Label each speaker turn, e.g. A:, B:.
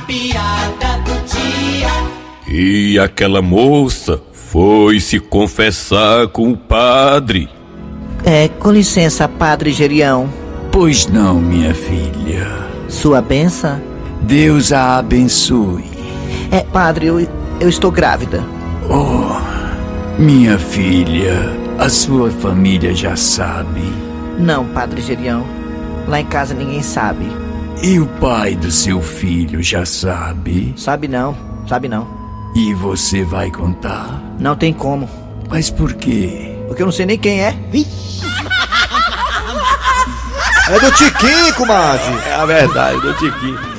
A: piada do dia.
B: E aquela moça foi se confessar com o padre.
C: É, com licença, Padre Gerião.
D: Pois não, minha filha.
C: Sua benção?
D: Deus a abençoe.
C: É, Padre, eu, eu estou grávida.
D: Oh, minha filha, a sua família já sabe.
C: Não, Padre Gerião. Lá em casa ninguém sabe.
D: E o pai do seu filho já sabe.
C: Sabe não, sabe não.
D: E você vai contar?
C: Não tem como.
D: Mas por quê?
C: Porque eu não sei nem quem é.
E: É do Tiquinho, comadre.
F: É a verdade, do Tiquinho.